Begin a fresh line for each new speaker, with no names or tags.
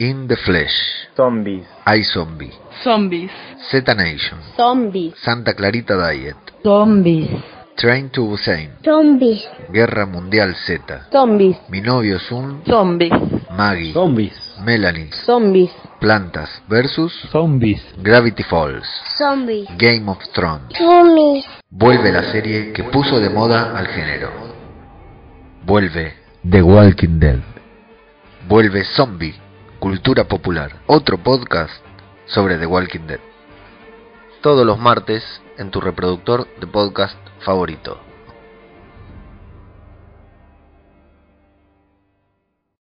In the Flesh,
Zombies.
I Zombie,
Zombies.
Zeta Nation,
Zombies.
Santa Clarita Diet,
Zombies.
Train to Busan,
Zombies.
Guerra Mundial Z,
Zombies.
Mi novio es un
Zombies.
Maggie,
Zombies.
Melanie,
Zombies.
Plantas versus
Zombies.
Gravity Falls,
Zombies.
Game of Thrones.
Zombies.
Vuelve la serie que puso de moda al género. Vuelve The Walking Dead. Vuelve Zombie, Cultura Popular, otro podcast sobre The Walking Dead. Todos los martes en tu reproductor de podcast favorito.